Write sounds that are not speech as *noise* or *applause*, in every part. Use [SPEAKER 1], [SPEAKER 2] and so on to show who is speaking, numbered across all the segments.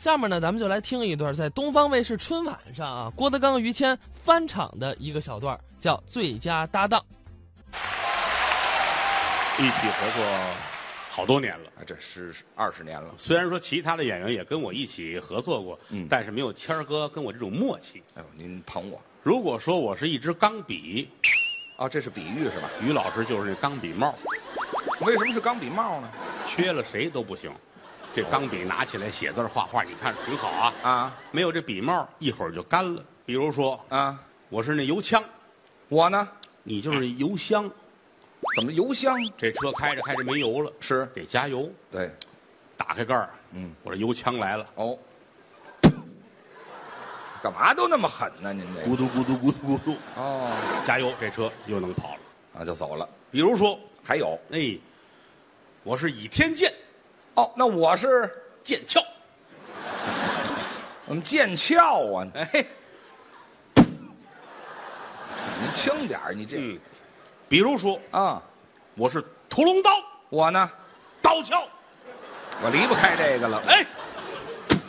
[SPEAKER 1] 下面呢，咱们就来听一段在东方卫视春晚上啊，郭德纲、于谦翻唱的一个小段儿，叫《最佳搭档》。
[SPEAKER 2] 一起合作好多年了。
[SPEAKER 3] 啊，这是二十年了。
[SPEAKER 2] 虽然说其他的演员也跟我一起合作过，
[SPEAKER 3] 嗯
[SPEAKER 2] 但是没有谦儿哥跟我这种默契。
[SPEAKER 3] 哎呦，您捧我
[SPEAKER 2] 如果说我是一支钢笔，
[SPEAKER 3] 啊，这是比喻是吧？
[SPEAKER 2] 于老师就是那钢笔帽，
[SPEAKER 3] 为什么是钢笔帽呢？
[SPEAKER 2] 缺了谁都不行。这钢笔拿起来写字儿画画，你看着挺好啊。
[SPEAKER 3] 啊
[SPEAKER 2] 没有这笔帽，一会儿就干了。比如说，
[SPEAKER 3] 啊，
[SPEAKER 2] 我是那油枪，
[SPEAKER 3] 我呢？
[SPEAKER 2] 你就是那油箱。
[SPEAKER 3] 怎么油箱
[SPEAKER 2] 这车开着开着没油了，
[SPEAKER 3] 是？
[SPEAKER 2] 得加油。
[SPEAKER 3] 对，
[SPEAKER 2] 打开盖儿，
[SPEAKER 3] 嗯，
[SPEAKER 2] 我这油枪来了，
[SPEAKER 3] 哦，干嘛都那么狠呢？您这
[SPEAKER 2] 咕嘟咕嘟咕嘟咕嘟，
[SPEAKER 3] 哦
[SPEAKER 2] 加油，这车又能跑了。
[SPEAKER 3] 啊，就走了。
[SPEAKER 2] 比如说，
[SPEAKER 3] 还有
[SPEAKER 2] 哎，我是倚天剑，
[SPEAKER 3] 哦，那我是
[SPEAKER 2] 剑鞘。
[SPEAKER 3] 怎么剑鞘啊？
[SPEAKER 2] 哎，
[SPEAKER 3] 你轻点儿，你这、
[SPEAKER 2] 嗯，比如说
[SPEAKER 3] 啊，
[SPEAKER 2] 我是屠龙刀，
[SPEAKER 3] 我呢？
[SPEAKER 2] 刀鞘。
[SPEAKER 3] 我离不开这个了。
[SPEAKER 2] 哎，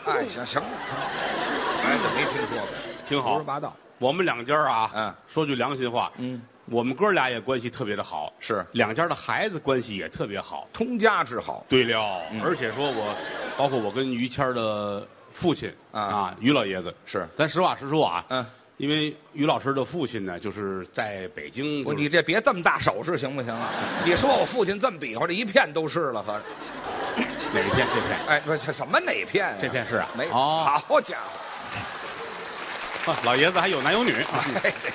[SPEAKER 3] 哎，行行，哎，这没听说过，
[SPEAKER 2] 挺
[SPEAKER 3] 胡
[SPEAKER 2] 好
[SPEAKER 3] 说。八道。
[SPEAKER 2] 我们两家啊，
[SPEAKER 3] 嗯，
[SPEAKER 2] 说句良心话，
[SPEAKER 3] 嗯，
[SPEAKER 2] 我们哥俩也关系特别的好，
[SPEAKER 3] 是
[SPEAKER 2] 两家的孩子关系也特别好。
[SPEAKER 3] 通家之好，
[SPEAKER 2] 对了，
[SPEAKER 3] 嗯
[SPEAKER 2] 而且说我，包括我跟于谦儿的父亲
[SPEAKER 3] 啊
[SPEAKER 2] 于老爷子
[SPEAKER 3] 是
[SPEAKER 2] 咱实话实说啊，
[SPEAKER 3] 嗯，
[SPEAKER 2] 因为于老师的父亲呢，就是在北京，
[SPEAKER 3] 我
[SPEAKER 2] 就是
[SPEAKER 3] 你这别这么大手势行不行啊？你说我父亲这么比划，这一片都是了，合着。
[SPEAKER 2] 哪一片这片
[SPEAKER 3] 哎，不是什么哪片、啊？
[SPEAKER 2] 这片是啊
[SPEAKER 3] 没。
[SPEAKER 2] 哦
[SPEAKER 3] 好家伙，
[SPEAKER 2] 啊 *laughs* 老爷子还有男有女，
[SPEAKER 3] 哎这，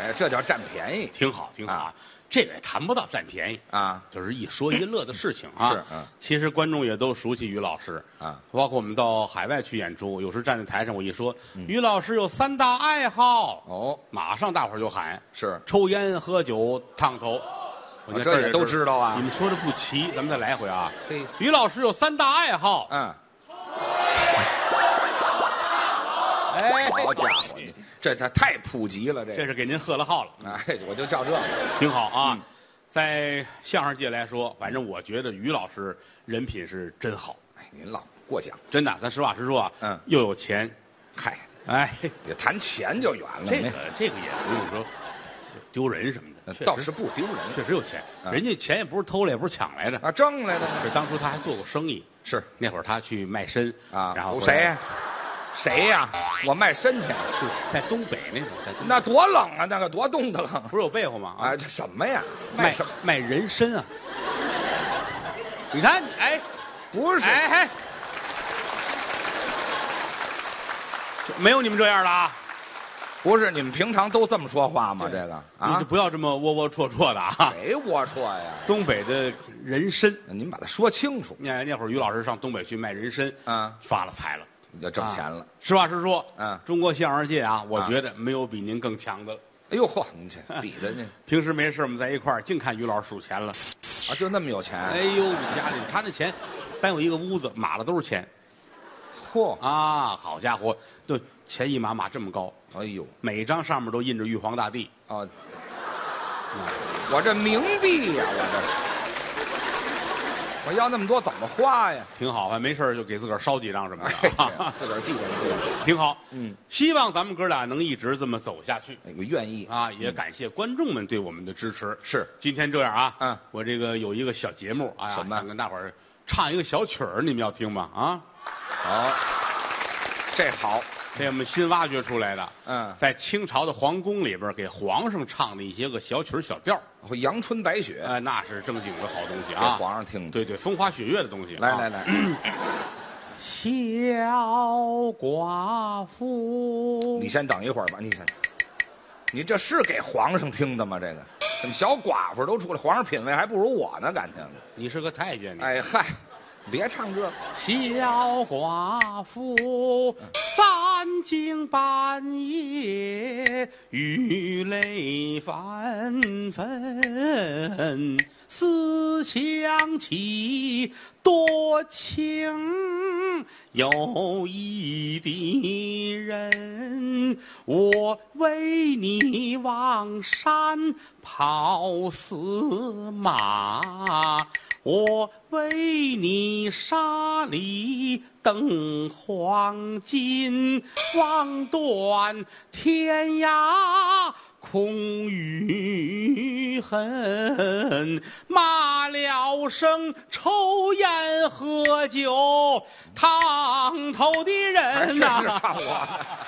[SPEAKER 3] 哎这叫占便宜
[SPEAKER 2] *laughs* 挺好，挺好
[SPEAKER 3] 啊
[SPEAKER 2] 啊。这个也谈不到占便宜，
[SPEAKER 3] 啊！
[SPEAKER 2] 就是一说一乐的事情啊。
[SPEAKER 3] 是嗯
[SPEAKER 2] 其实观众也都熟悉于老师
[SPEAKER 3] 啊，
[SPEAKER 2] 包括我们到海外去演出，有时站在台上，我一说
[SPEAKER 3] 嗯
[SPEAKER 2] 于老师有三大爱好，
[SPEAKER 3] 哦，
[SPEAKER 2] 马上大伙儿就喊
[SPEAKER 3] 是
[SPEAKER 2] 抽烟、喝酒、烫头。我觉得
[SPEAKER 3] 这也
[SPEAKER 2] 儿
[SPEAKER 3] 都知道啊
[SPEAKER 2] 你们说的不齐，咱们再来一回啊。
[SPEAKER 3] 嘿
[SPEAKER 2] 于老师有三大爱好，
[SPEAKER 3] 嗯，
[SPEAKER 2] 哎，
[SPEAKER 3] 好家伙，你这他太普及了，这
[SPEAKER 2] 这
[SPEAKER 3] 个。
[SPEAKER 2] 是给您喝了号了。
[SPEAKER 3] 哎，我就照这个
[SPEAKER 2] 挺好啊。在相声界来说，反正我觉得于老师人品是真好，
[SPEAKER 3] 哎，您老过奖，
[SPEAKER 2] 真的，咱实话实说啊，
[SPEAKER 3] 嗯
[SPEAKER 2] 又有钱，
[SPEAKER 3] 嗨，
[SPEAKER 2] 哎，
[SPEAKER 3] 也谈钱就远了，
[SPEAKER 2] 这个这个也不用说丢人什么的，
[SPEAKER 3] 没
[SPEAKER 2] 确实
[SPEAKER 3] 倒是不丢人
[SPEAKER 2] 确实有钱，
[SPEAKER 3] 嗯
[SPEAKER 2] 人家钱也不是偷来，也不是抢来的，
[SPEAKER 3] 啊，挣来的呢
[SPEAKER 2] 是当初他还做过生意，
[SPEAKER 3] 是
[SPEAKER 2] 那会儿他去卖身
[SPEAKER 3] 啊，
[SPEAKER 2] 然后
[SPEAKER 3] 有
[SPEAKER 2] 回来
[SPEAKER 3] 谁呀？谁呀？我卖身去，
[SPEAKER 2] 就在东北那会儿，在东北
[SPEAKER 3] 那多冷啊，那个多冻得冷
[SPEAKER 2] 不是有被窝吗？
[SPEAKER 3] 啊！，这什么呀？卖
[SPEAKER 2] 卖
[SPEAKER 3] 什么？
[SPEAKER 2] 卖人参啊，你看你哎。
[SPEAKER 3] 不是
[SPEAKER 2] 哎哎，没有你们这样的啊！
[SPEAKER 3] 不是，你们平常都这么说话吗？这个
[SPEAKER 2] 你
[SPEAKER 3] 啊
[SPEAKER 2] 就，不要这么窝窝戳戳的啊！
[SPEAKER 3] 谁龌龊呀？
[SPEAKER 2] 东北的人参，
[SPEAKER 3] 您把它说清楚，
[SPEAKER 2] 那那会儿于老师上东北去卖人参，
[SPEAKER 3] 嗯
[SPEAKER 2] 发了财了，
[SPEAKER 3] 你就挣钱了
[SPEAKER 2] 啊。实话实说，
[SPEAKER 3] 嗯
[SPEAKER 2] 中国相声界啊，我
[SPEAKER 3] 啊
[SPEAKER 2] 觉得没有比您更强的了。
[SPEAKER 3] 哎呦嚯，你这比的呢
[SPEAKER 2] 平时没事我们在一块儿，净看于老师数钱了。
[SPEAKER 3] 啊，就那么有钱？
[SPEAKER 2] 哎呦，家里他那钱，单有一个屋子码了都是钱
[SPEAKER 3] 嚯，
[SPEAKER 2] 啊！好家伙，就钱一码码这么高，
[SPEAKER 3] 哎呦
[SPEAKER 2] 每一张上面都印着玉皇大帝。
[SPEAKER 3] 啊！我这冥币呀，我这我要那么多怎么花呀？
[SPEAKER 2] 挺好，没事儿就给自个儿烧几张什么
[SPEAKER 3] 哎， *laughs* 这
[SPEAKER 2] 的，啊
[SPEAKER 3] 样自个儿记着这
[SPEAKER 2] 挺好。
[SPEAKER 3] 嗯，
[SPEAKER 2] 希望咱们哥俩能一直这么走下去
[SPEAKER 3] 个，我愿意
[SPEAKER 2] 啊！也感谢观众们对我们的支持。
[SPEAKER 3] 嗯是
[SPEAKER 2] 今天这样啊，
[SPEAKER 3] 嗯
[SPEAKER 2] 我这个有一个小节目，哎呀，
[SPEAKER 3] 什么
[SPEAKER 2] 想跟大伙儿唱一个小曲儿，你们要听吗？啊，
[SPEAKER 3] 好，这好，
[SPEAKER 2] 这我们新挖掘出来的，
[SPEAKER 3] 嗯
[SPEAKER 2] 在清朝的皇宫里边儿给皇上唱的一些个小曲儿小调儿，
[SPEAKER 3] 我阳春白雪
[SPEAKER 2] 哎，那是正经的好东西
[SPEAKER 3] 嗯给
[SPEAKER 2] 啊！
[SPEAKER 3] 皇上听的，
[SPEAKER 2] 对对，风花雪月的东西。
[SPEAKER 3] 来
[SPEAKER 2] 啊
[SPEAKER 3] 来来，
[SPEAKER 2] 小寡妇，
[SPEAKER 3] 你先等一会儿吧，你先，你这是给皇上听的吗？这个怎么小寡妇都出来？皇上品味还不如我呢，感情。
[SPEAKER 2] 你是个太监，你。
[SPEAKER 3] 哎嗨，别唱这个，
[SPEAKER 2] 小寡妇三更半夜雨泪纷纷，思想起多情有意的人，我为你往山跑死马。我为你杀里登黄金，望断天涯空余恨。骂了声抽烟喝酒烫头的
[SPEAKER 3] 还
[SPEAKER 2] 人
[SPEAKER 3] 是
[SPEAKER 2] 呐、
[SPEAKER 3] 是唱我。